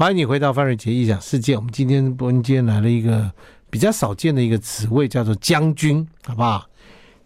欢迎你回到范瑞杰异想世界。我们今天播音间来了一个比较少见的一个职位，叫做将军，好不好？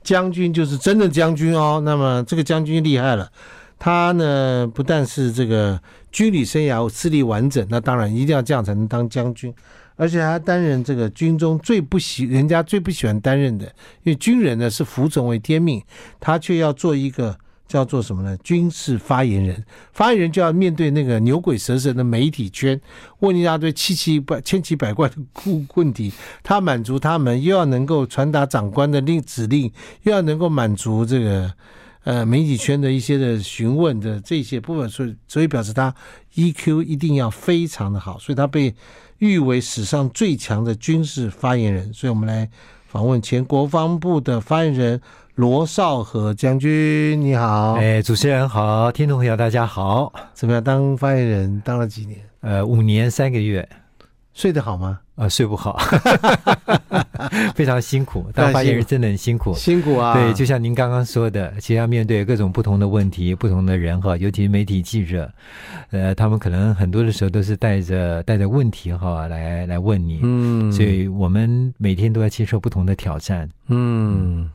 将军就是真的将军哦。那么这个将军厉害了，他呢不但是这个军旅生涯资历完整，那当然一定要这样才能当将军，而且他担任这个军中最不喜人家最不喜欢担任的，因为军人呢是服从为天命，他却要做一个叫做什么呢？军事发言人，发言人就要面对那个牛鬼蛇神的媒体圈，问一大堆七奇百千奇百怪的问问题，他满足他们，又要能够传达长官的令指令，又要能够满足这个呃媒体圈的一些的询问的这些部分，所以所以表示他 EQ 一定要非常的好，所以他被誉为史上最强的军事发言人。所以我们来访问前国防部的发言人罗少和将军，你好，哎，主持人好，听众朋友大家好。怎么样？当发言人当了几年，呃，五年三个月，睡得好吗？呃，睡 不好，非常辛苦。当发言人真的很辛苦。辛苦啊！对，就像您刚刚说的，其实要面对各种不同的问题、不同的人哈，尤其是媒体记者，呃，他们可能很多的时候都是带着带着问题哈来来问你，嗯，所以我们每天都要接受不同的挑战。嗯，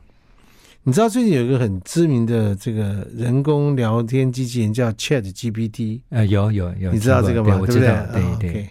你知道最近有一个很知名的这个人工聊天机器人叫 Chat GPT，呃，有有有，你知道这个吗？对我对知不对道，啊对 o 对 k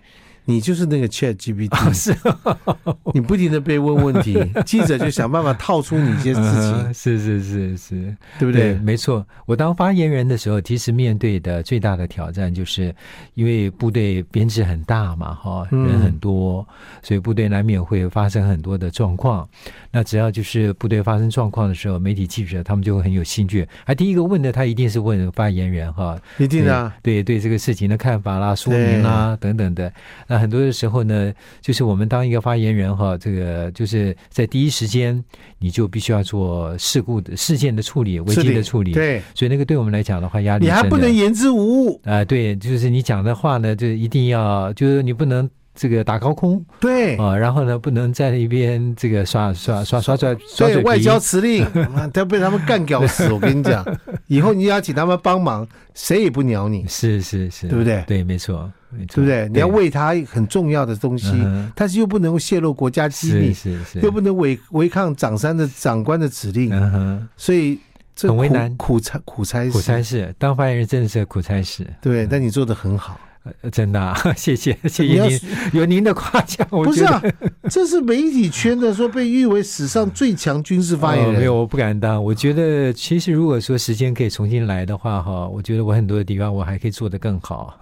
你就是那个 Chat 啊 GPT，是哦你不停的被问问 题，记者就想办法套出你一些事情，嗯 是是是是。对不对，对？没错。我当发言人的时候，其实面对的最大的挑战，就是因为部队编制很大嘛，哈，嗯人很多，所以部队难免会发生很多的状况。那只要就是部队发生状况的时候，媒体记者他们就会很有兴趣，还第一个问的他一定是问发言人哈，一定的啊，对对这个事情的看法啦、说明啦等等的。那很多的时候呢，就是我们当一个发言人哈，这个就是在第一时间你就必须要做事故的事件的处理、危机的处理。对，所以那个对我们来讲的话，压力你还真不的能言之无物，啊、对，就是你讲的话呢，就一定要，就是你不能这个打高空对，啊、然后呢，不能在那边这个耍耍耍耍耍耍对嘴外皮交辞 令，妈都被他们干屌死，我跟你讲，以后你要请他们帮忙，谁也不鸟你，是是是，对不对对，没错，没对错不对？你要为他很重要的东西。嗯哼但是又不能够泄露国家机是密，是是，又不能违违抗长山的长官的指令，嗯哼，所以这很苦为难苦差苦差事苦差事，当发言人真的是苦差事，对，但你做的很好，呃真的、啊， 谢谢谢你谢要您，有您的夸奖，我不是觉得啊，这是媒体圈的说被誉为史上最强军事发言呃没人，有，我不敢当。我觉得其实如果说时间可以重新来的话，哈，我觉得我很多的地方我还可以做得更好。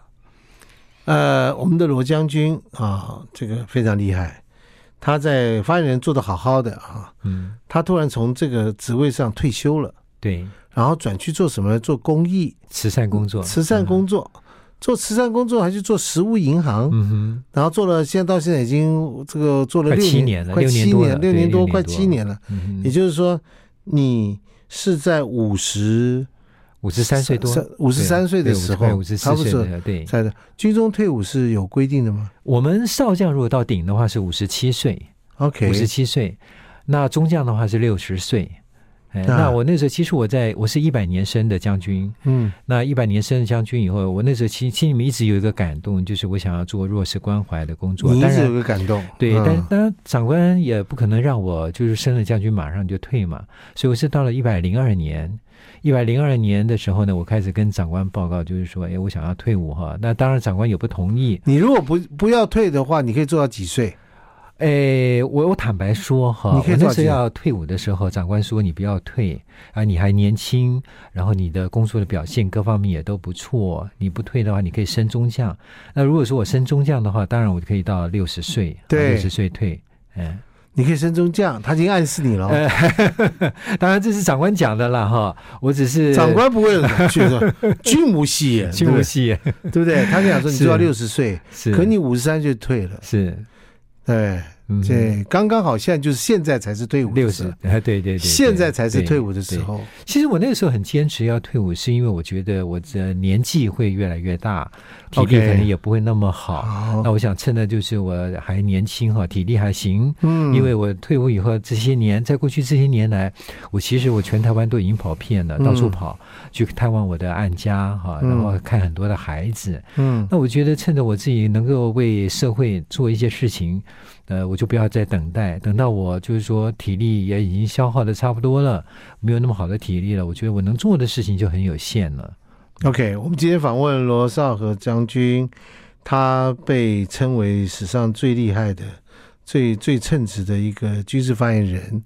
呃，我们的罗将军啊，这个非常厉害，他在发言人做的好好的啊，嗯，他突然从这个职位上退休了，对，然后转去做什么呢？做公益、慈善工作，慈善工作，做慈善工作还去做食物银行，嗯，嗯然后做了，现在到现在已经这个做了快六七年了快六年七多年，了六对年六多，年快多七年了。哼，嗯也哼，就是说，你是在五十五十三岁多，啊五十三岁的时候，五十差不四岁多的，对，在的军中退伍是有规定的吗我们少将如果到顶的话是五十七岁， ？OK，五十七岁，那中将的话是六十岁。哎，啊那我那时候其实我在我是一百年生的将军，嗯那一百年生的将军以后，我那时候心心里面一直有一个感动，就是我想要做弱势关怀的工作。你一当直然有个感动，对，嗯但当然长官也不可能让我就是升了将军马上就退嘛，所以我是到了一百零二年，一百零二年的时候呢，我开始跟长官报告，就是说，哎，我想要退伍哈。那当然长官也不同意，你如果不不要退的话，你可以做到几岁？哎，我我坦白说哈，你可以我多少那时候钱要退伍的时候，长官说你不要退啊，你还年轻，然后你的工作的表现各方面也都不错，你不退的话，你可以升中将。那如果说我升中将的话，当然我就可以到六十岁，啊对六十岁退，嗯。你可以升中将，他已经暗示你了哦。 呃当然这是长官讲的啦，哈，我只是长 官不会去说君无戏言，进入戏，对不对对不对？他就想说你是做到六十岁，是可你五十三就退了，是对，嗯哼对，哎刚刚好，现在就是现在才是退伍的六时十候，，哎，对对对，现在才是退伍。伍的时候。其实我那个时候很坚持要退伍，是因为我觉得我的年纪会越来越大，体力 OK 可能也不会那么好。那好，我想趁着就是我还年轻哈，体力还行，嗯因为我退伍以后这些年，在过去这些年来，我其实我全台湾都已经跑遍了，嗯到处跑、去探望我的案家哈，嗯然后看很多的孩子。嗯那我觉得趁着我自己能够为社会做一些事情，呃，我就不要再等待，等到我就是说体力也已经消耗的差不多了，没有那么好的体力了，我觉得我能做的事情就很有限了。 ，OK，我们今天访问罗少和将军，他被称为史上最厉害的、最最称职的一个军事发言人，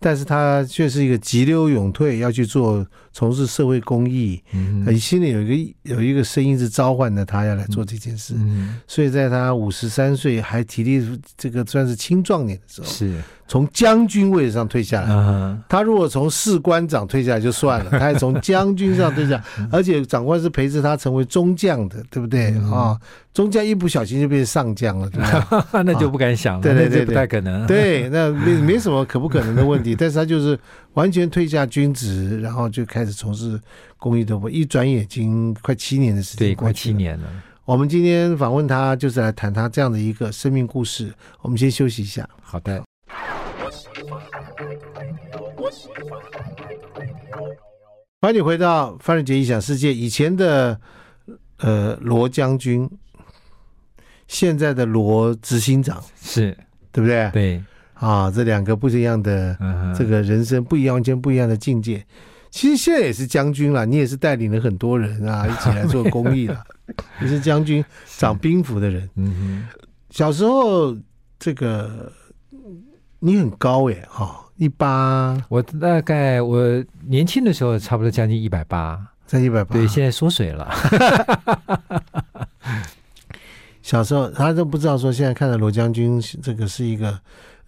但是他却是一个急流勇退，要去做从事社会公益，嗯呃，心里有一个有一个声音是召唤着他要来做这件事。嗯，所以在他五十三岁还体力这个算是哦青壮年的时候，是从将军位置上退下啊、来。他如果从士官长退下来就 算了，他还从将军上退下来，而且长官是陪着他成为中将的，对不对啊、嗯中将一不小心就变上将了，对不对？那就不敢想了，啊对对对那就不太可 能。对，那没没什么可不可能的 问题，但是他就是完全退下军职，然后就开始从事公益的活，一转眼已经快七年的时间，对，快七。年了。我们今天访问他，就是来谈他这样的一个生命故事。我们先休息一下。好的，欢迎你回到范瑞杰异想世界。以前的呃罗将军，现在的罗执行长，是对不对？对，啊，这两个不一样的嗯哼，这个人生不一样，完全不一样的境界。其实现在也是将军啦，你也是带领了很多人啊，一起来做公益 啦。你是将军，长兵符的人。嗯小时候这个你很高耶，哈、哦，一八哼，我大概我年轻的时候差不多将近一百八，在一百八。对，现在缩水了。啊小时候他都不知道说，现在看到罗将军是这个是一个，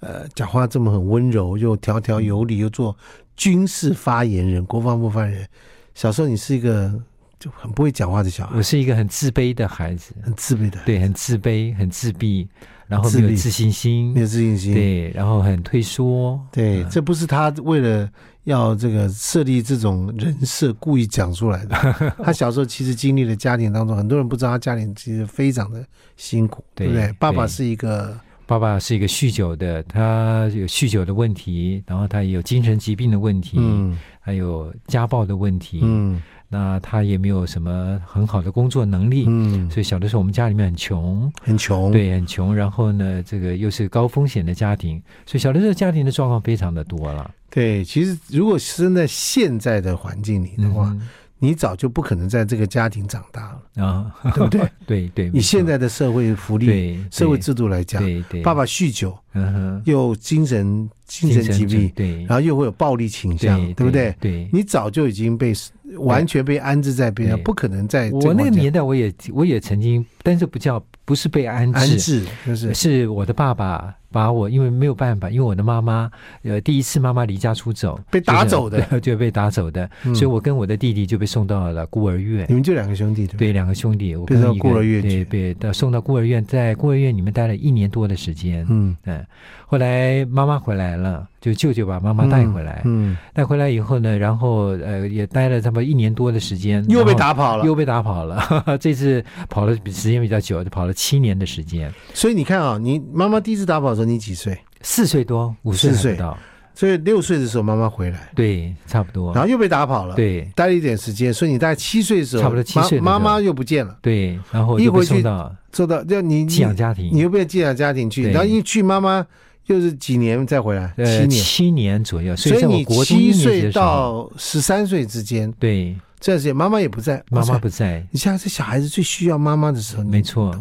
呃，讲话这么很温柔，又条条有理，又做军事发言人、国防部发言人。小时候你是一个就很不会讲话的小孩我，是一个很自卑的孩子，很自卑的，对，很自卑，很自闭，然后没自有闭自信心没，有自信心。对，然后很退缩，对嗯这不是他为了要这个设立这种人设故意讲出 来的。他小时候其实经历了家庭当中，很多人不知道他家庭其实非常的辛苦，对对不对？爸爸对是一个爸爸是一个酗酒的，他有酗酒的问题，然后他也有精神疾病的问题，嗯还有家暴的问题。嗯那他也没有什么很好的工作能力，嗯，所以小的时候我们家里面很穷，很穷，对，很穷。然后呢，这个又是高风险的家庭，所以小的时候家庭的状况非常的多了。对，其实如果生在现在的环境里的话，嗯你早就不可能在这个家庭长大了，啊， 对不对？对对，以没错现在的社会福利、对社会对制度来讲，对对，爸爸酗酒嗯哼，又精神精神疾病，对，然后又会有暴力倾向，对不对？对。你早就已经被完全被安置在边上，对不可能在这我那个环境年代，我也我也曾经，但是不叫不是被安置，安置，就是是我的爸爸把我，因为没有办法，因为我的妈妈，呃，第一次妈妈离家出走，被打走的就是 就被打走的，嗯所以我跟我的弟弟就被送到了孤儿院你。们就两个兄弟，对不对？对，两个兄弟，我被跟送到一个孤儿院去对，被到送到孤儿院，在孤儿院里面待了一年多的时间。嗯，嗯，后来妈妈回来了，就舅舅把妈妈带回来，嗯，带回来以后呢，然后呃也待了差不多一年多的时间，又被然后打跑了。又被打跑了。 这次跑了比时间比较久，就跑了七年的时间，所以你看啊，你妈妈第一次打跑的时候你几岁？四岁多，五岁四还岁不到，所以六岁的时候妈妈回来，对，差不多然，后又被打跑了。对待了一点时间，所以你大概七岁的时候，差不多七岁的时候妈妈妈又不见了，对，然后一就被回去送到做到就你寄养你家庭，你又被寄养家庭去，对然后一去妈妈又是几年再回来，呃七年，七年左右，所所以以在我你国中七一年级岁的时候，到十三岁之间对，这段时间，妈妈也不在，妈哇妈塞不在，你像这小孩子最需要妈妈的时候，你没，错。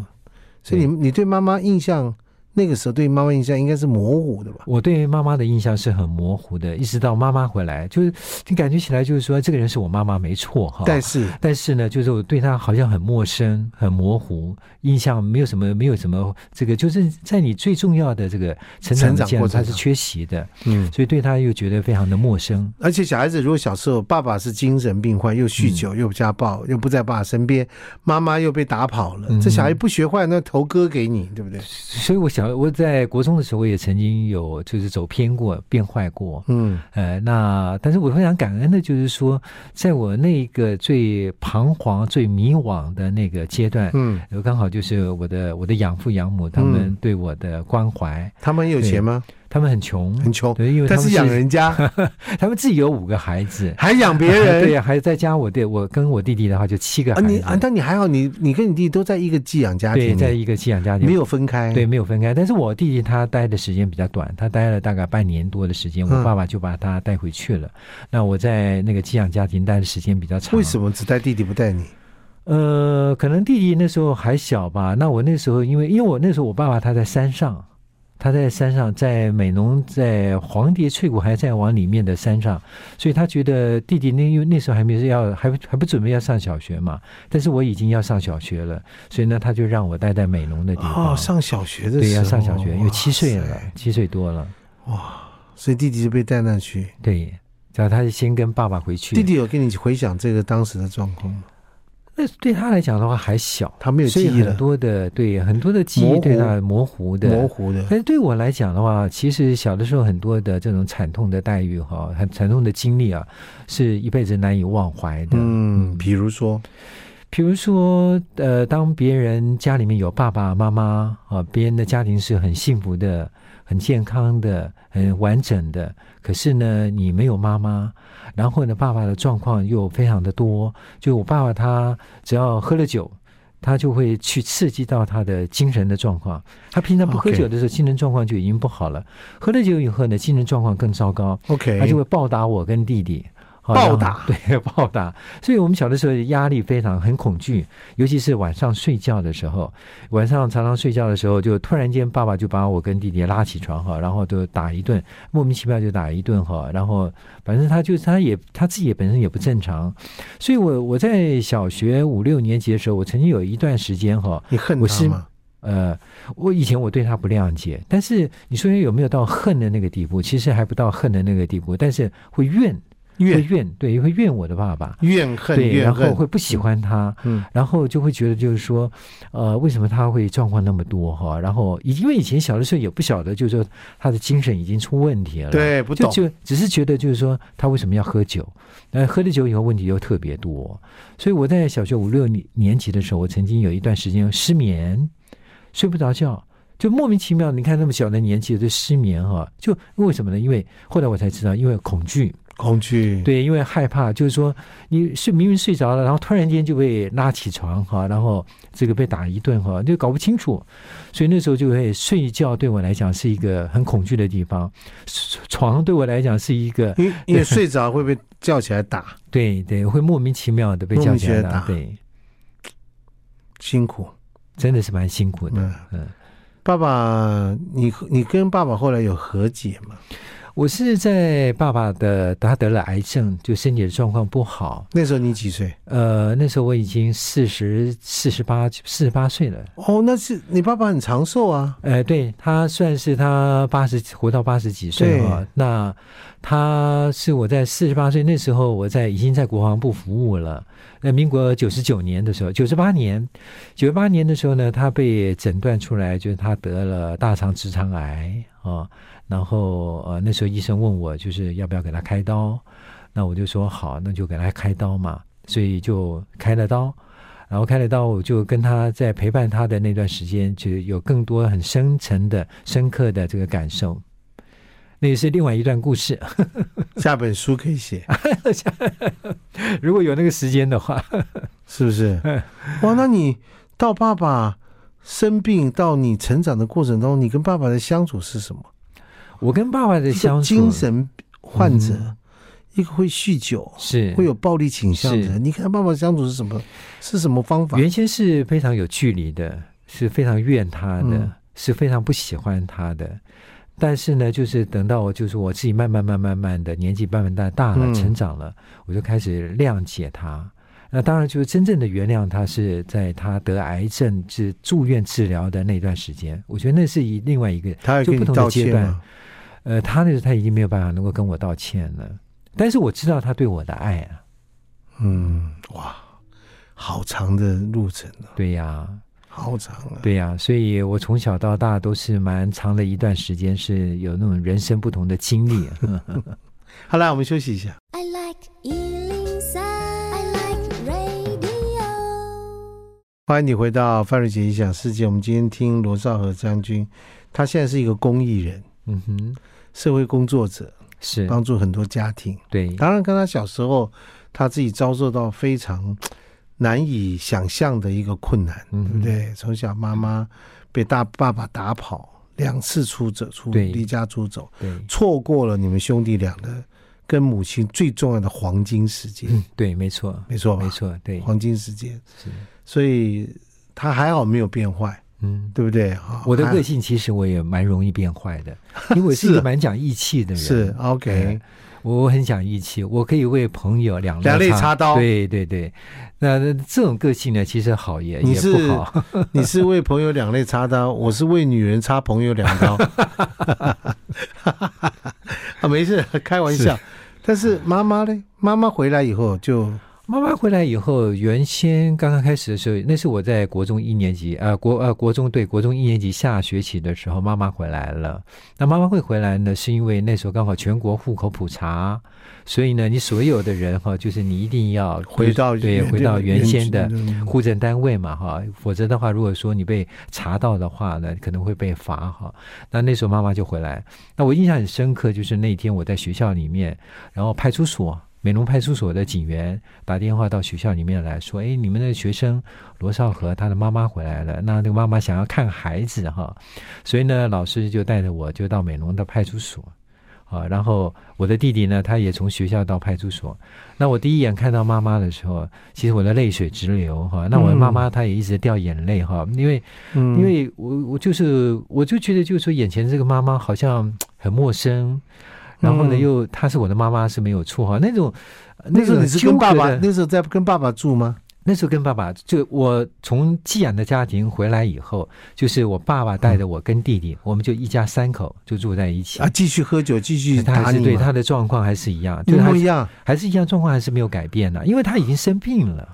所以你你对妈妈印象那个时候对妈妈印象应该是模糊的吧？我对妈妈的印象是很模糊的，一直到妈妈回来，就是你感觉起来就是说这个人是我妈妈没错哈，但是但是呢，就是我对他好像很陌生、很模糊，印象没有什么、没有什么这个，就是在你最重要的这个成长成的长阶过段，程他中是缺席的，嗯，所以对他又觉得非常的陌生。而且小孩子如果小时候爸爸是精神病患，又酗嗯酒又家暴，又不在爸爸身边，妈妈又被打跑了，嗯这小孩不学坏，那头割给你，对不对？所以我小小我在国中的时候也曾经有就是走偏过、变坏过，嗯呃，那但是我非常感恩的就是说，在我那个最彷徨、最迷惘的那个阶段，嗯，呃刚好就是我的我的养父养母他们对我的关怀，他们有钱吗？他们很穷，很穷，对，因为他但们是养人 家，他们自己有五个孩子还养别 人对，呀，还再加我弟，我跟我弟弟的话就七个啊孩你啊，子，但你还好，你你跟你弟都在一个寄养家对，庭，在一个寄养家庭没。有分开，对，，没有分开。但是我弟弟他待的时间比较短，他待了大概半年多的时间，嗯我爸爸就把他带回去了。那我在那个寄养家庭待的时间比较长。为什么只带弟弟不带你？呃，可能弟弟那时候还小吧。那我那时候，因为因为我那时候我爸爸他在山上，他在山上，在美浓，在黄蝶翠谷还在往里面的山上，所以他觉得弟弟那因为那时候还没是要还不还不准备要上小学嘛，但是我已经要上小学了，所以呢，他就让我待在美浓的地方。哦，上小学的对，时要候，上小学，因为七岁哇了塞，七岁多了。所以弟弟就被带那去。对，然后他就先跟爸爸回去。弟弟有跟你回想这个当时的状况吗？那对他来讲的话还小，他没有所记以忆很了，多的对很多的记模糊忆对他模糊的。模糊的。但是哎对我来讲的话，其实小的时候很多的这种惨痛的待遇哈，很惨痛的经历啊，是一辈子难以忘怀的。嗯，比如说，比如说，呃，当别人家里面有爸爸妈妈啊，别人的家庭是很幸福的、很健康的、很完整的，可是呢，你没有妈妈，然后呢，爸爸的状况又非常的多。就我爸爸他只要喝了酒，他就会去刺激到他的精神的状况。他平常不喝 OK 酒的时候，精神状况就已经不好了，喝了酒以后呢，精神状况更糟糕。 OK，他就会暴打我跟弟弟。啊好暴让打 对暴打，所以我们小的时候压力非常，很恐惧，尤其是晚上睡觉的时候，晚上常常睡觉的时候，就突然间爸爸就把我跟弟弟拉起床哈，然后就打一顿，莫名其妙就打一顿哈，然后反正他就他也他自己也本身也不正常，所以我我在小学五六年级的时候，我曾经有一段时间哈，你恨我他是吗？呃，我以前我对他不谅解，但是你说有没有到恨的那个地步？其实还不到恨的那个地步，但是会怨，会怨怨，对，会怨我的爸爸，怨恨对，怨然后恨，会不喜欢他，嗯然后就会觉得就是说，呃，为什么他会状况那么多哈？然后因为以前小的时候也不晓得，就是说他的精神已经出问题了，对不就懂就只是觉得就是说他为什么要喝酒？那喝了酒以后问题又特别多，所以我在小学五六年年级的时候，我曾经有一段时间失眠，睡不着觉。就莫名其妙，你看那么小的年纪就失眠哈、就为什么呢？因为后来我才知道，因为恐惧，恐惧，，对，因为害怕，就是说你睡明明睡着了，然后突然间就被拉起床哈，然后这个被打一顿哈，就搞不清楚，所以那时候就会睡觉对我来讲是一个很恐惧的地方，床对我来讲是一个因为因为睡着会被叫起来 打，对对，会莫名其妙的被莫叫名起其来妙打打对，辛苦。真的是蛮辛苦的。嗯，嗯，爸爸，你你跟爸爸后来有和解吗？我是在爸爸的他得了癌症，就身体的状况不好，那时候你几岁？呃，那时候我已经四十四十八四十八岁了。哦，那是你爸爸很长寿啊。呃，对他算是他八十活到八十几岁对啊。那他是我在四十八岁那时候，我在已经在国防部服务了。那民国九十九年的时候，九十八年，九十八年的时候呢，他被诊断出来就是他得了大肠直肠癌啊。然后呃，那时候医生问我就是要不要给他开刀，那我就说好，那就给他开刀嘛。所以就开了刀。然后开了刀，我就跟他在陪伴他的那段时间，就有更多很深沉的、深刻的这个感受。那也是另外一段故事， 下本书可以 写，如果有那个时间的话，是不 是？哇，那你到爸爸生病到你成长的过程中，你跟爸爸的相处是什么？我跟爸爸的一相个处精神患者，嗯一个会酗酒，是会有暴力倾向的是人，你跟他爸爸相处是什么？是什么方法？原先是非常有距离的，是非常怨他的，嗯是非常不喜欢他的。但是呢，就是等到我就是我自己慢慢慢慢慢的年纪慢慢大大了，嗯成长了，我就开始谅解他。那当然就是真正的原谅他是在他得癌症治住院治疗的那段时间，我觉得那是一另外一个他会就跟你不同的道歉阶段吗？呃，他那时候他已经没有办法能够跟我道歉了，但是我知道他对我的爱啊，嗯，哇，好长的路程啊，对呀、好长啊！对呀、所以我从小到大都是蛮长的一段时间是有那种人生不同的经历。啊好啦，我们休息一下。 I like Ealing Sound. I like radio. 欢迎你回到范瑞杰影响世界。我们今天听罗兆和将军，他现在是一个公益人、 嗯哼，社会工作者，是帮助很多家庭。对，当然，跟他小时候他自己遭受到非常难以想象的一个困难，嗯对不对？从小妈妈被大爸爸打跑，两次出走出对离家出走，对，错过了你们兄弟俩的跟母亲最重要的黄金时间，嗯，对，没错，没错吧没？错，对，黄金时间，是，所以他还好没有变坏，嗯。对不对？哈我的还个性其实我也蛮容易变坏的，因为我是 一是个啊蛮讲义气的人。是 OK，嗯我很讲义气，我可以为朋友两两肋肋插刀对对对，那那这种个性呢，其实好也你也是不好。你是为朋友两肋插刀，我是为女人插朋友两刀。 啊，没事，开玩笑。但是妈妈呢？妈妈回来以后就妈妈回来以后，原先刚刚开始的时候，那是我在国中一年级，呃，国呃国中对国中一年级下学期的时候，妈妈回来了。那妈妈会回来呢，是因为那时候刚好全国户口普查，所以呢，你所有的人哈，就是你一定要回到对回到原先的嗯户政单位嘛，哈，否则的话，如果说你被查到的话呢，可能会被罚哈。那那时候妈妈就回来，那我印象很深刻，就是那天我在学校里面，然后派出所美浓派出所的警员打电话到学校里面来说，哎，你们的学生罗少和他的妈妈回来了，那那个妈妈想要看孩子哈，所以呢，老师就带着我就到美浓的派出所。啊，然后我的弟弟呢，他也从学校到派出所。那我第一眼看到妈妈的时候，其实我的泪水直流哈。那我的妈妈她也一直掉眼泪哈，因为嗯因为我我就是我就觉得就是说眼前这个妈妈好像很陌生，然后呢嗯又她是我的妈妈是没有错哈，那种那时候种你是跟爸纠爸葛，的那时候在跟爸爸住吗？那时候跟爸爸就我从寄养的家庭回来以后，就是我爸爸带着我跟弟弟，我们就一家三口就住在一起嗯啊，。继续喝酒，继续他打还是你对吗，他的状况还是一样，一对他模一样。还是一样状况，还是没有改变呢、啊因为他已经生病了。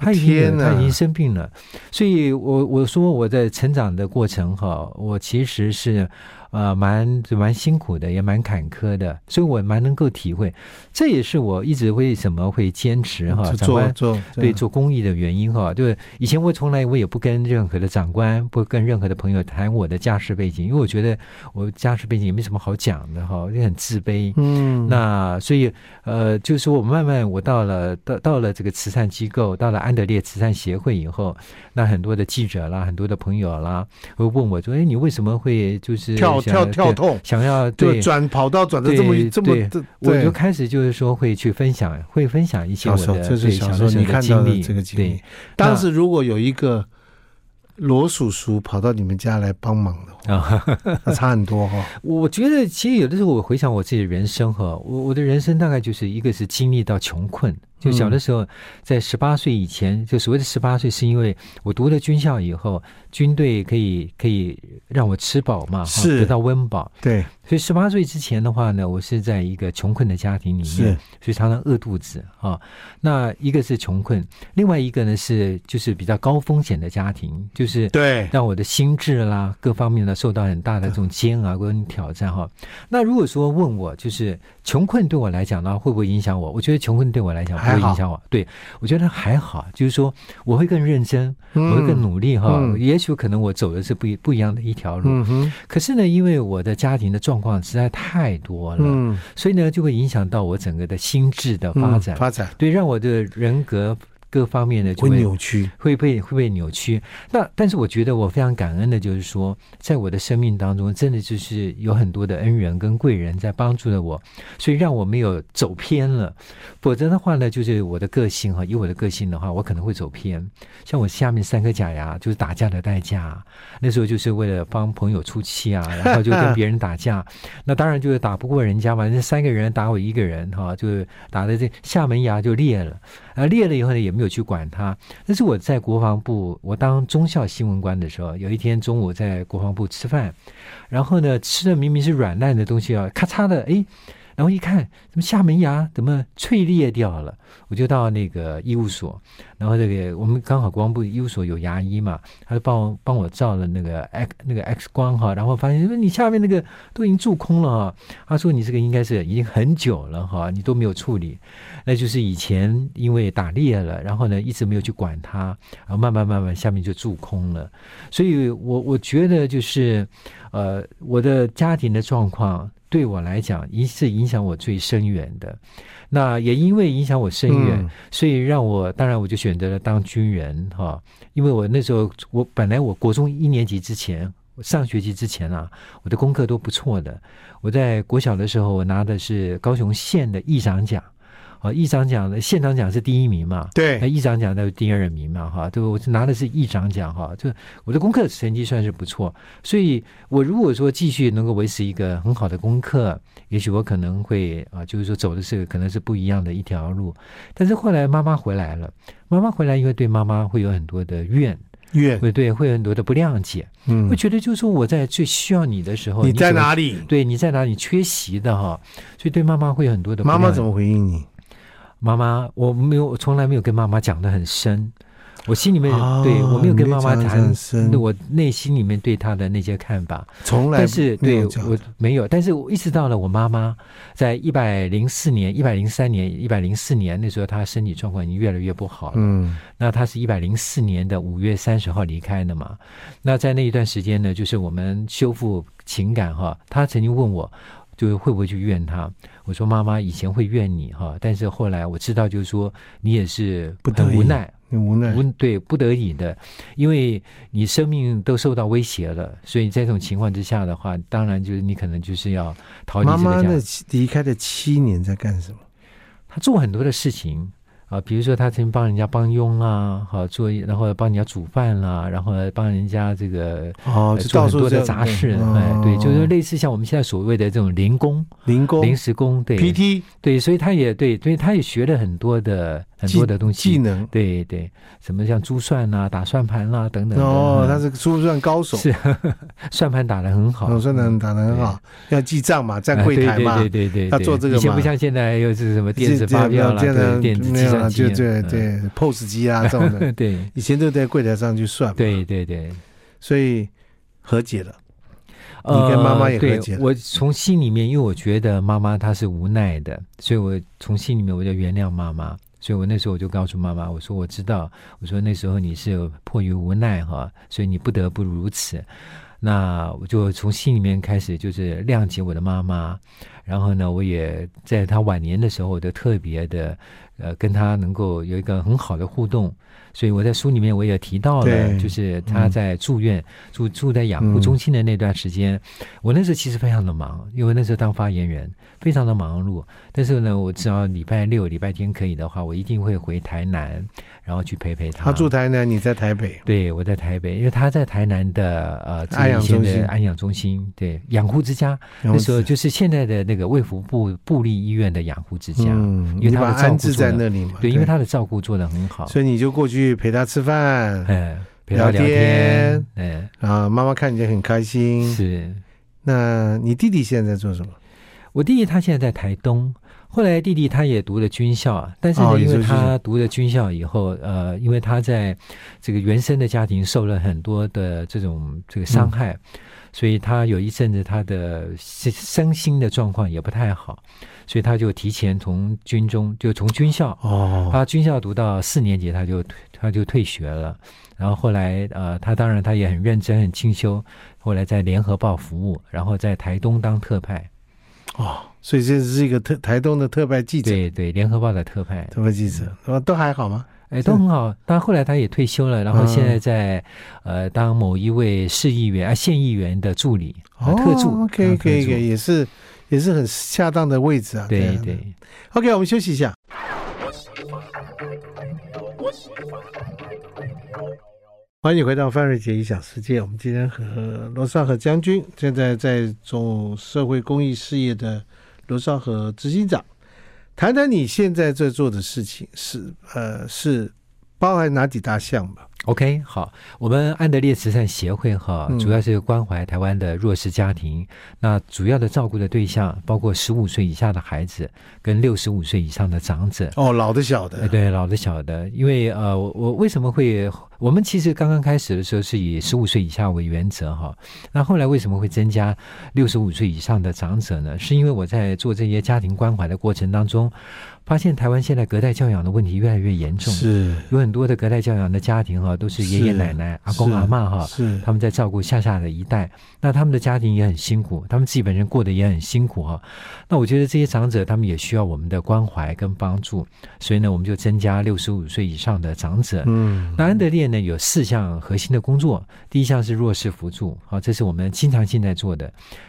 他已啊天经哪他已经生病了，所以我我说我在成长的过程哈，我其实是呃蛮蛮辛苦的，也蛮坎坷的，所以我蛮能够体会，这也是我一直为什么会坚持哈，就长嗯做官做对做公益的原因哈，就是以前我从来我也不跟任何的长官，不跟任何的朋友谈我的家世背景，因为我觉得我家世背景也没什么好讲的哈，也很自卑，嗯那所以呃，就是说我慢慢我到了到到了这个慈善机构，到了安德烈慈善协会以后，那很多的记者啦，很多的朋友啦，会问我说：“哎，你为什么会就是跳想跳要跳对痛，想要就对？”转跑道转的这么对这对么这，我就对开始就是说会去分享，会分享一些小我时候，的这是对小小时候你看到经的历，这个经历对。当时如果有一个罗叔叔跑到你们家来帮忙的话，啊。那差很多哈、 我觉得其实有的时候我回想我自己的人生哈，我我的人生大概就是一个是经历到穷困，嗯就小的时候在十八岁以前，就所谓的十八岁，是因为我读了军校以后，军队可以可以让我吃饱嘛，哈是得到温饱，对，所以十八岁之前的话呢，我是在一个穷困的家庭里是面，所以常常饿肚子啊。那一个是穷困，另外一个呢是就是比较高风险的家庭，就是对，让我的心智啦各方面呢受到很大的这种煎熬跟挑战哈。那如果说问我，就是穷困对我来讲呢，会不会影响我？我觉得穷困对我来讲不还会好影响我，对我觉得还好，就是说我会更认真，我会嗯更努力哈。嗯也许可能我走的是不一不一样的一条路，嗯哼，可是呢，因为我的家庭的状况实在太多了，嗯，所以呢就会影响到我整个的心智的发嗯展，发展对，让我的人格各方面呢就会会扭曲，会被会被扭曲。那但是我觉得我非常感恩的，就是说，在我的生命当中，真的就是有很多的恩人跟贵人在帮助了我，所以让我没有走偏了。否则的话呢，就是我的个性哈，以我的个性的话，我可能会走偏。像我下面三颗假牙就是打架的代价，那时候就是为了帮朋友出气啊，然后就跟别人打架，那当然就是打不过人家嘛，那三个人打我一个人哈，就是打的这下门牙就裂了，啊裂了以后呢也没有去管它，但是我在国防部，我当中校新闻官的时候，有一天中午在国防部吃饭，然后呢吃的明明是软烂的东西啊，咔嚓的，哎，然后一看，怎么下门牙怎么脆裂掉了？我就到那个医务所，然后这个我们刚好国防部医务所有牙医嘛，他就帮我帮我照了那个 X 那个 X 光哈，然后发现说你下面那个都已经蛀空了哈，他说你这个应该是已经很久了哈，你都没有处理，那就是以前因为打猎了，然后呢一直没有去管它，然后慢慢慢慢下面就蛀空了，所以我我觉得就是呃我的家庭的状况。对我来讲，一是影响我最深远的，那也因为影响我深远，嗯所以让我当然我就选择了当军人哈、因为我那时候我本来我国中一年级之前，我上学期之前啊，我的功课都不错的。我在国小的时候，我拿的是高雄县的议长奖，啊，议长奖的县长奖是第一名嘛，那对，议长奖的第二名嘛，哈，对吧，我拿的是议长奖哈，就我的功课成绩算是不错，所以我如果说继续能够维持一个很好的功课，也许我可能会啊、就是说走的是可能是不一样的一条路。但是后来妈妈回来了，妈妈回来因为对妈妈会有很多的怨，愿会对会有很多的不谅解，嗯会，觉得就是说我在最需要你的时候，你在怎么哪里？对，你在哪里缺席的哈，所以对妈妈会有很多的不妈妈谅怎么回应你？妈妈，我没有，我从来没有跟妈妈讲的很深，我心里面、啊对我没有跟妈妈你没有讲得谈很深，我内心里面对她的那些看法，从来但是没对有讲我没有，但是我一直到了我妈妈在一百零四年、一百零三年、一百零四年那时候，她身体状况已经越来越不好了。嗯，那她是一百零四年的五月三十号离开的嘛？那在那一段时间呢，就是我们修复情感哈。她曾经问我，就是会不会去怨她？我说妈妈以前会怨你哈，但是后来我知道，就是说你也是不得很已无奈，你无奈无，对不得已的，因为你生命都受到威胁了，所以在这种情况之下的话，当然就是你可能就是要逃离妈这妈个家。那离开的七年在干什么？他做很多的事情啊，比如说他曾经帮人家帮佣啊，好、做，然后帮人家煮饭啦、然后帮人家这个。哦，呃就做到很处多的这杂事，嗯哎，对，就是类似像我们现在所谓的这种零工、零工临时工，对 PT 对，所以他也对，所以他也学了很多的很多的东技西，能。对对，什么像珠算啦、打算盘啦、等等的哦，他嗯是珠算高手，是算盘打得很好，嗯我说呢打哦得很好，要记账嘛，站柜台嘛啊，对对对对要对，做这个以前嘛不像现在又是什么电子这发票啦，这样对电子没计有啦算机就啊，对对 POS 机啊这种的 嗯，对以前都在柜台上去算嘛，对对对，所以和解了。呃你跟妈妈也和对解了我从心里面，因为我觉得妈妈她是无奈的，所以我从心里面我就原谅妈妈。所以我那时候我就告诉妈妈，我说我知道，我说那时候你是迫于无奈哈，所以你不得不如此。那我就从心里面开始就是谅解我的妈妈，然后呢，我也在她晚年的时候，我都特别的呃跟她能够有一个很好的互动。所以我在书里面我也提到了，对就是她在住院、住住在养护中心的那段时间，我那时候其实非常的忙，因为那时候当发言人非常的忙碌。但是呢，我只要礼拜六、礼拜天可以的话，我一定会回台南，然后去陪陪她。他住台南，你在台北，对，我在台北，因为他在台南的呃这个安养以前中的心安养中心，对养护之家，那时候就是现在的那个卫福部部立医院的养护之家，嗯，因为你他把的安照置顾做在那的，里嘛，对，因为他的照顾做的很好，所以你就过去陪他吃饭哎，陪聊他聊天嗯天，哎，啊，妈妈看你就很开心。是那你弟弟现在在做什么？我弟弟他现在在台东，后来弟弟他也读了军校啊，但是呢，哦也因为是军他校读了军校以后，呃，因为他在这个原生的家庭受了很多的这种这个伤害，嗯所以他有一阵子他的身身心的状况也不太好，所以他就提前从军中就从军校哦，他军校读到四年级，他就退他就退学了。然后后来，呃，他当然他也很认真、很进修。后来在联合报服务，然后在台东当特派，哦，所以这是一个特台东的特派记者，对对，联合报的特派，特派记者，哦，都还好吗？哎，都很好。但后来他也退休了，然后现嗯在在、呃当某一位市议员啊、县议员的助理，啊哦，特助，可以当可特以助可以，也是也是很恰当的位置啊。这对样的对。 OK，我们休息一下。欢迎你回到范瑞杰一小世界。我们今天和罗少和将军，现在在做社会公益事业的罗少和执行长，谈谈你现在在做的事情是呃是包含哪几大项吧？ OK，好，我们安德烈慈善协会哈嗯，主要是关怀台湾的弱势家庭。那主要的照顾的对象包括十五岁以下的孩子跟六十五岁以上的长者。哦，老的小哎的，对，老的小的，因为呃，我我为什么会，我们其实刚刚开始的时候是以十五岁以下为原则哈，那后来为什么会增加六十五岁以上的长者呢？是因为我在做这些家庭关怀的过程当中，发现台湾现在隔代教养的问题越来越严重，是有很多的隔代教养的家庭哈，都是爷爷是奶奶、阿公是阿嬷哈，是，他们在照顾下下的一代，那他们的家庭也很辛苦，他们自己本身过得也很辛苦啊。那我觉得这些长者他们也需要我们的关怀跟帮助，所以呢，我们就增加六十五岁以上的长者。嗯，那安德烈呢有四项核心的工作，第一项是弱势扶助，好、这是我们经常性在做的；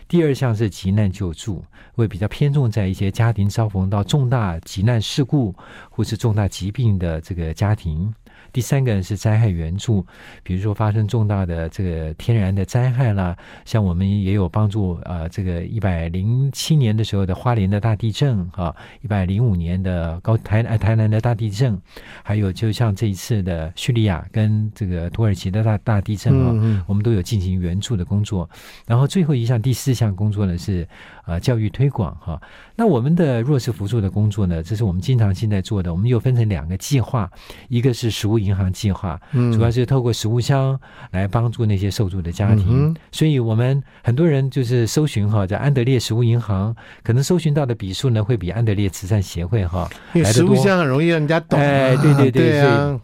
第二项是急难救助，会比较偏重在一些家庭遭逢到重大急难事故或是重大疾病的这个家庭；第三个是灾害援助，比如说发生重大的这个天然的灾害啦，像我们也有帮助呃这个一百零七年的时候的花莲的大地震啊，一百零五年的高台呃台南的大地震，还有就像这一次的叙利亚跟这个土耳其的大大地震啊，嗯我们都有进行援助的工作。然后最后一项第四项工作呢是呃教育推广哈、那我们的弱势扶助的工作呢，这是我们经常现在做的，我们又分成两个计划，一个是食物银行计划，嗯主要是透过食物箱来帮助那些受助的家庭。嗯哼所以我们很多人就是搜寻哈，在安德烈食物银行，可能搜寻到的笔数呢会比安德烈慈善协会哈。因为来得食物多箱很容易让人家懂啊，哎对对 对对啊，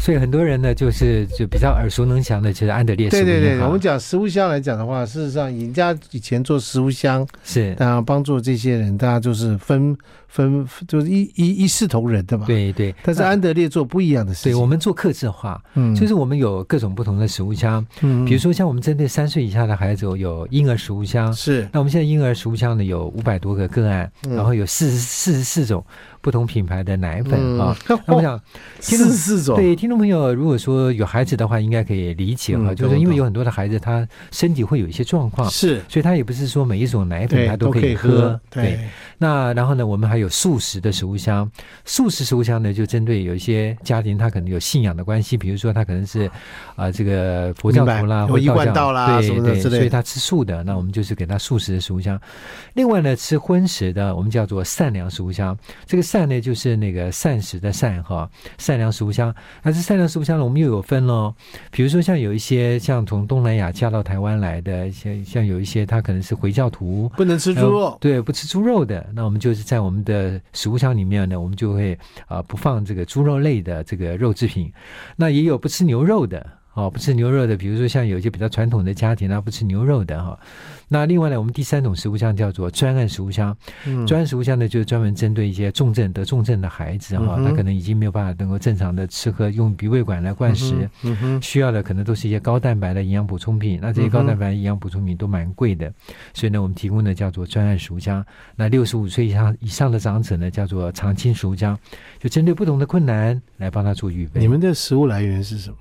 所以很多人呢，就是就比较耳熟能详的，就是安德烈食物对银行。对对，我们讲食物箱来讲的话，事实上人家以前做食物箱，是，当然帮助这些人，大家就是分分就是一一一视同仁的嘛。，对对。但是那安德烈做不一样的事对情，我们做客制化，嗯就是我们有各种不同的食物箱，嗯比如说像我们针对三岁以下的孩子有婴儿食物箱。是，那我们现在婴儿食物箱呢有五百多个个案，嗯然后有四四十四种不同品牌的奶粉啊。那我嗯，想，四十四种，对听众朋友，如果说有孩子的话，应该可以理解哈，嗯就懂是因为懂有很多的孩子他身体会有一些状况，是，所以他也不是说每一种奶粉对，他都可以喝，对，对，那然后呢，我们还有素食的食物箱，素食食物箱呢，就针对有一些家庭，他可能有信仰的关系，比如说他可能是啊、这个佛教徒明白啦，或有者一贯教道啦对什么的对之类的所以他吃素的，那我们就是给他素食的食物箱。另外呢，吃荤食的，我们叫做善良食物箱。这个善呢，就是那个膳食的善哈，善良食物箱。但是善良食物箱呢，我们又有分喽。比如说像有一些像从东南亚嫁到台湾来的，一些像有一些他可能是回教徒，不能吃还猪有肉，对，不吃猪肉的，那我们就是在我们的食物箱里面呢，我们就会啊、不放这个猪肉类的这个肉制品。那也有不吃牛肉的哦，不吃牛肉的，比如说像有一些比较传统的家庭啊，不吃牛肉的哈、那另外呢，我们第三种食物箱叫做专案食物箱，嗯专案食物箱呢就是专门针对一些重症得重症的孩子哈、嗯哼他可能已经没有办法能够正常的吃喝，用鼻胃管来灌食。，嗯哼，需要的可能都是一些高蛋白的营养补充品，那这些嗯高蛋白营养补充品都蛮贵的，所以呢，我们提供的叫做专案熟浆。那六十五岁以上以上的长者呢，叫做长青熟浆，就针对不同的困难来帮他做预备。你们的食物来源是什么？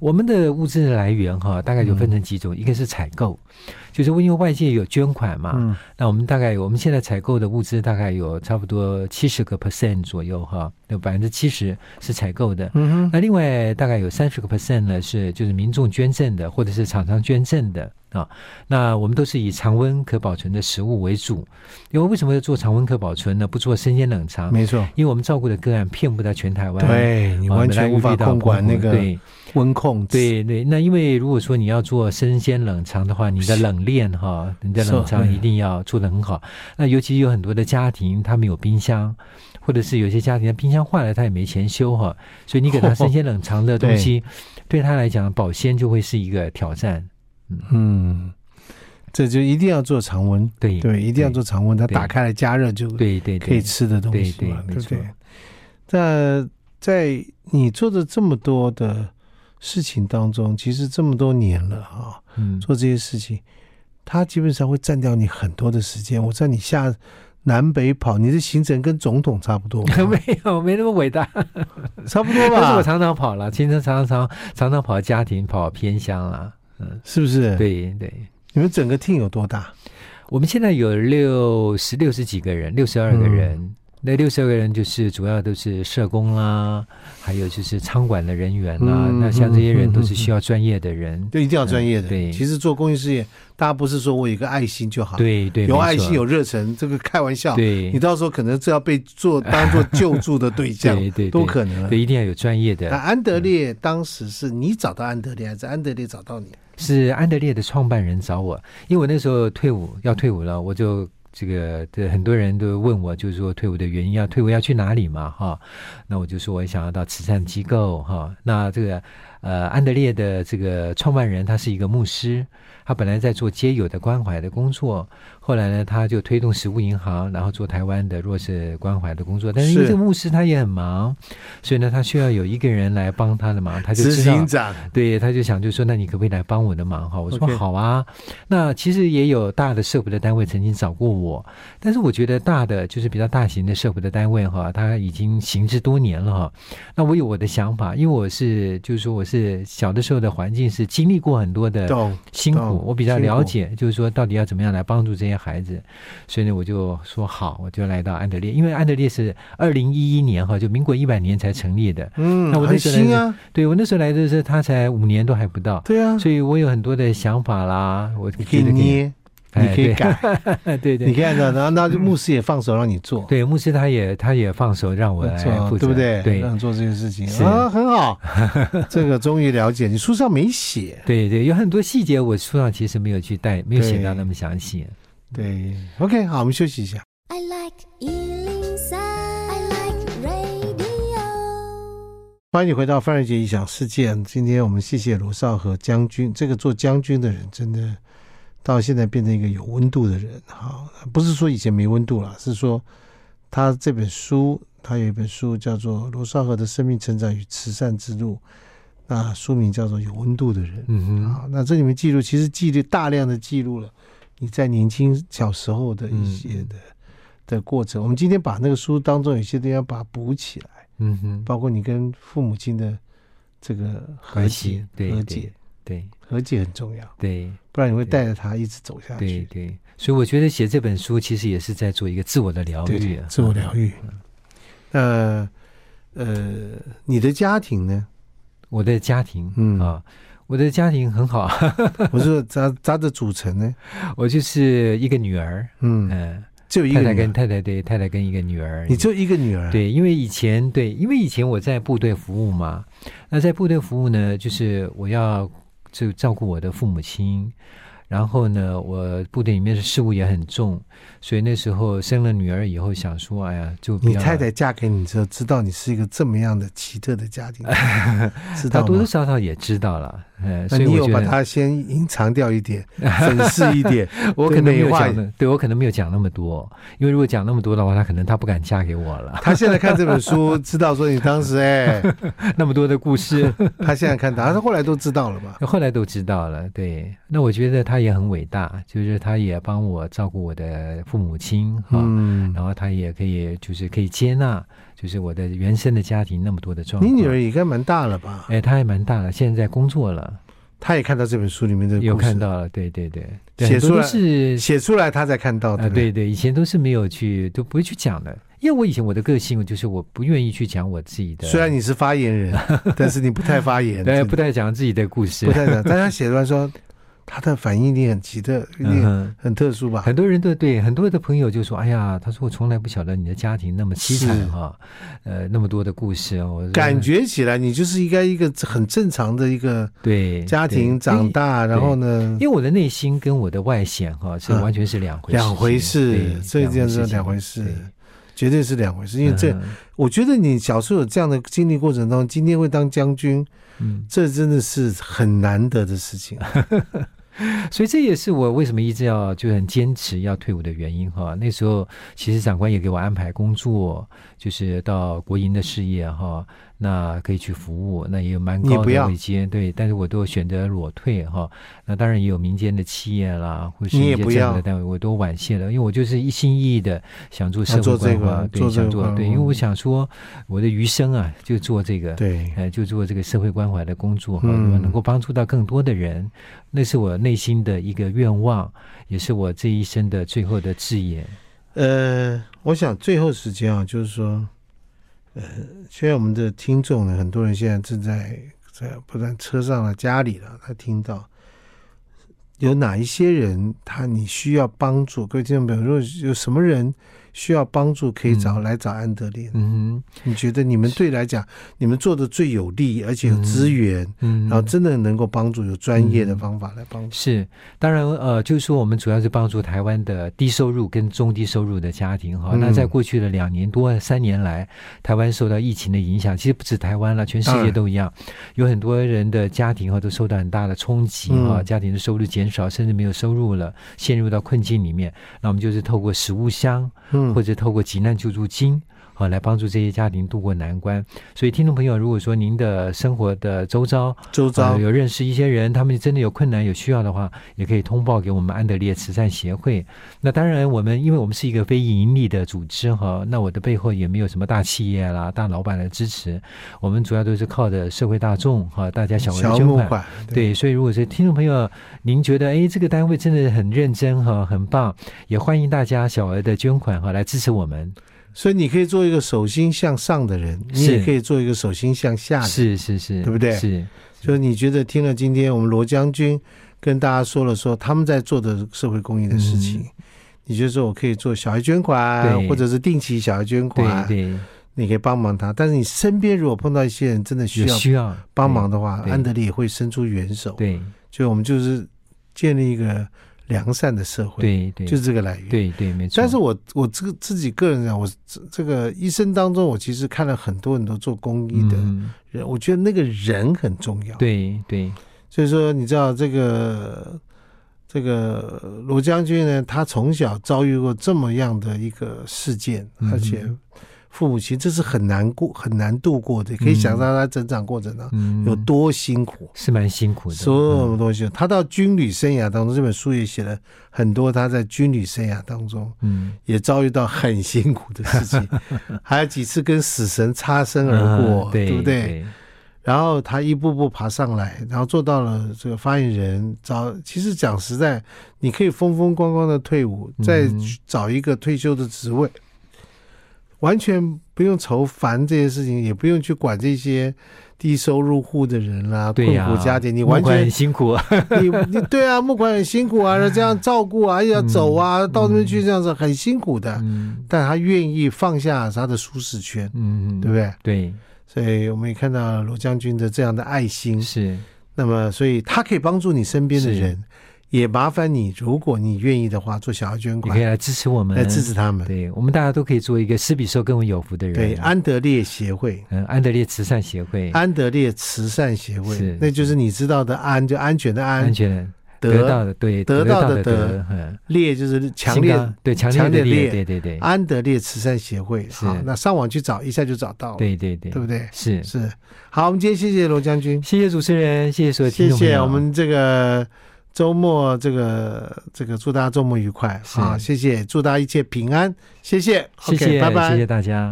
我们的物资的来源哈，大概就分成几嗯种，一个是采购，就是因为外界有捐款嘛，嗯那我们大概有我们现在采购的物资大概有差不多七十个 percent 左右哈，有百分之七十是采购的，嗯哼，那另外大概有三十个 percent 呢是就是民众捐赠的，或者是厂商捐赠的啊。那我们都是以常温可保存的食物为主，因为为什么要做常温可保存呢？不做生鲜冷藏，没错，因为我们照顾的个案遍布在全台湾，啊，对你完全无法本来遇到控管那个对温控制，对对，那因为如果说你要做生鲜冷藏的话，你的冷链哈，你的冷藏是一定要做得很好。那尤其有很多的家庭，他们有冰箱，或者是有些家庭的冰箱坏了，他也没钱修哈，所以你给他生鲜冷藏的东 西，对他来讲保鲜就会是一个挑战。嗯，这就一定要做常温，对对，一定要做常温，它对打开来加热就对对可以对，吃的东西对嘛，对对不对没？那在你做的这么多的事情当中，其实这么多年了啊，嗯，，做这些事情，它基本上会占掉你很多的时间。我知道你下南北跑，你的行程跟总统差不多 没有没那么伟大，差不多但是我吧？常常跑了，经常常常常常跑家庭，跑偏乡啦。是不是？，对对。你们整个 team 有多大？嗯我们现在有六十六十几个人，六十二个人，那六十二个人就是主要都是社工啦，还有就是仓管的人员啦。嗯那像这些人嗯都是需要专业的人，就一定要专业的。嗯对其实做公益事业，大家不是说我有一个爱心就好，，对对，嗯有没爱错心有热忱，这个开玩笑，对你到时候可能这要被做当做救助的对象， 对对都可能了对，。一定要有专业那的。安德烈当时是你找到安德烈，还是安德烈找到你？是安德烈的创办人找我，因为我那时候退伍要退伍了，我就。这个对很多人都问我，就是说退伍的原因要退伍要去哪里嘛哈，那我就说我想要到慈善机构哈。那这个呃安德烈的这个创办人他是一个牧师，他本来在做街友的关怀的工作，后来呢他就推动食物银行，然后做台湾的弱势关怀的工作。但是因为是这个牧师他也很忙，所以呢他需要有一个人来帮他的忙，他就执知道行长，对，他就想就说，那你可不可以来帮我的忙哈？我说 OK 好啊。那其实也有大的社福的单位曾经找过我，但是我觉得大的就是比较大型的社福的单位哈，它已经行之多年了哈。那我有我的想法，因为我是就是说我是小的时候的环境是经历过很多的懂辛苦懂，我比较辛苦了解，就是说到底要怎么样来帮助这些孩子，所以呢，我就说好，我就来到安德烈，因为安德烈是二零一一年哈，就民国一百年才成立的，嗯，那我那很时候来新啊，对我那时候来的时候，他才五年都还不到，对啊，所以我有很多的想法啦，我你可以觉得捏，哎你可以改， 对对你对可以按照，然后那牧师也放手让你做，对，牧师他也他也放手让我来做哎负责，对不对？嗯对让你做这个事情是啊，很 好，这个终于了解。你书上没写，对对，有很多细节我书上其实没有去带，没有写到对那么详细。对，OK，好，我们休息一下。 I like Ealing Sound. I like radio. 欢迎你回到范瑞杰异想世界。今天我们谢谢罗少和将军，这个做将军的人真的到现在变成一个有温度的人。哈，不是说以前没温度啦，是说他这本书，他有一本书叫做《罗少和的生命成长与慈善之路》，那书名叫做《有温度的人》。嗯啊，那这里面记录其实记录大量的记录了你在年轻小时候的一些嗯的、的过程。我们今天把那个书当中有些地方把它补起来，哼，嗯哼，包括你跟父母亲的这个和关解系，对和解对，对和解很重要，对不然你会带着他一直走下对去。对，所以我觉得写这本书其实也是在做一个自我的疗愈啊，自我疗愈。呃呃，你的家庭 呢？我的家庭，嗯啊，我的家庭很好， 我是说它它的组成呢？我就是一个女儿，嗯，嗯，只有一个太太女儿跟太太对太太跟一个女儿，你只有一个女儿，，啊对，因为以前对，因为以前我在部队服务嘛，那在部队服务呢，就是我要就照顾我的父母亲，然后呢，我部队里面的事务也很重，所以那时候生了女儿以后，想说，哎呀，就不你要太太嫁给你之后，知道你是一个这么样的奇特的家 庭，知她道多多吗？少少也知道了，呃，那所以你我有觉把得它先隐藏掉一点，粉饰一 点，我可能没有美化讲的，对我可能没有讲那么多，因为如果讲那么多的话，她可能她不敢嫁给我了， 他现在看这本书，知道说你当时哎，那么多的故事，他现在看 到，他后来都知道了嘛。后来都知道了，对。那我觉得他也很伟大，就是他也帮我照顾我的父母亲哈、嗯，然后他也可以就是可以接纳，就是我的原生的家庭那么多的状你况。女儿也应该蛮大了吧？哎，她还蛮大了，现在在工作了，她也看到这本书里面的故事，有看到了，对对对，对写很多出都来是写出来，她才看到啊、的。对对，以前都是没有去都不会去讲的，因为我以前我的个性就是我不愿意去讲我自己的，虽然你是发言 人，但是你不太发言，对真的不太讲自己的故事不，太讲。但她写出来说，她的反应力很奇特，一嗯定哼。很特殊吧？很多人都对很多的朋友就说：“哎呀，他说我从来不晓得你的家庭那么凄是惨哈、呃，那么多的故事。”我说感觉起来，你就是应该一个很正常的一个对家庭对长大，然后呢因为，因为我的内心跟我的外显哈、是嗯完全是两回两回事情对这件事两两回回事情对绝对是两回事。因为这，嗯我觉得你小时候有这样的经历过程当中，今天会当将军，嗯，这真的是很难得的事 情。所以这也是我为什么一直要就很坚持要退伍的原因哈。那时候其实长官也给我安排工作，就是到国营的事业哈，那可以去服务，那也有蛮你高不的要位阶，对，但是我都选择裸退哈。那当然也有民间的企业啦，或是你一也些不政府要的单位，我都婉谢了，因为我就是一心一意的想做社做会这个规划，做对，这个想做嗯对，因为我想说我的余生啊就做这个，对，呃，就做这个社会关怀的工作哈，嗯如果能够帮助到更多的人，那是我内心的一个愿望，也是我这一生的最后的志业。呃，我想最后时间啊，就是说，呃，现在我们的听众呢，很多人现在正在在不但车上了、家里了，他听到有哪一些人他你需要帮助，各位听众朋友，如果有什么人需要帮助，可以找、嗯来找安德烈。嗯你觉得你们对来讲，你们做的最有利，而且有资源，哼嗯，然后真的能够帮助，有专业的方法来帮助。是，当然，呃，就是说我们主要是帮助台湾的低收入跟中低收入的家庭哈。嗯那在过去的两年多三年来，台湾受到疫情的影响，其实不止台湾了，全世当界然都一样，有很多人的家庭哈都受到很大的冲击哈，嗯家庭的收入减少，甚至没有收入了，陷入到困境里面。那我们就是透过食物箱嗯或者透过急难救助金。好，来帮助这些家庭渡过难关。所以，听众朋友，如果说您的生活的周遭周遭呃，有认识一些人，他们真的有困难、有需要的话，也可以通报给我们安德烈慈善协会。那当然，我们因为我们是一个非盈利的组织哈，那我的背后也没有什么大企业啦、大老板的支持，我们主要都是靠着社会大众哈，大家小额的小捐木款。款，对，所以如果是听众朋友，您觉得哎这个单位真的很认真哈，很棒，也欢迎大家小额的捐款哈来支持我们。所以你可以做一个手心向上的人，你是也可以做一个手心向下的人。是是是，对不对是就是你觉得听了今天我们罗将军跟大家说了说他们在做的社会公益的事情，嗯你就说我可以做小孩捐款，对或者是定期小孩捐对款，对，你可以帮忙他。但是你身边如果碰到一些人真的需有要需要帮忙的话，对对安德烈也会伸出援手。对就我们就是建立一个良善的社会，对对，就是这个来源。对对没错。但是我我这个自己个人讲，我这这个一生当中，我其实看了很多很多做公益的嗯人，我觉得那个人很重要。，对对，所以说你知道这个这个罗将军呢，他从小遭遇过这么样的一个事件，嗯哼而且父母亲这是很难过、很难度过的，可以想象他成长过程当中嗯，有多辛苦。是蛮辛苦的，所有嗯的东西，他到军旅生涯当中，这本书也写了很多他在军旅生涯当中嗯，也遭遇到很辛苦的事 情，还有几次跟死神擦身而过，嗯对对不对？？然后他一步步爬上来，然后做到了这个发言人。找其实讲实在，你可以风风光光的退伍，嗯再去找一个退休的职位，完全不用愁烦这些事情，也不用去管这些低收入户的人啦、对困呀、苦家庭，你完募款全很辛苦，啊 你你对啊，募款很辛苦啊，这样照顾啊，要走啊，到那边去这样子很辛苦的。嗯但他愿意放下他的舒适圈，嗯，对不对？对？所以我们也看到罗将军的这样的爱心。是那么，所以他可以帮助你身边的是人，也麻烦你，如果你愿意的话，做小额捐你可以款来支持我们，来支持他们。对我们大家都可以做一个施比受更为有福的人，对，安德烈协会。嗯，安德烈慈善协会，安德烈慈善协会是，那就是你知道的安，就安全的安安，全得德到的对得到到的的得，嗯，烈就是强心烈刚对强强烈烈的烈啊对对对安德烈慈善协会是好，那上网去找一下就找到了，对对对，对不对？是，是好，我们今天谢谢罗将军，谢谢主持人，谢谢所有听谢众朋友，谢我们这个周末这个这个祝大家周末愉快是啊！谢谢，祝大家一切平安，谢谢谢，OK，谢拜拜，谢谢大家。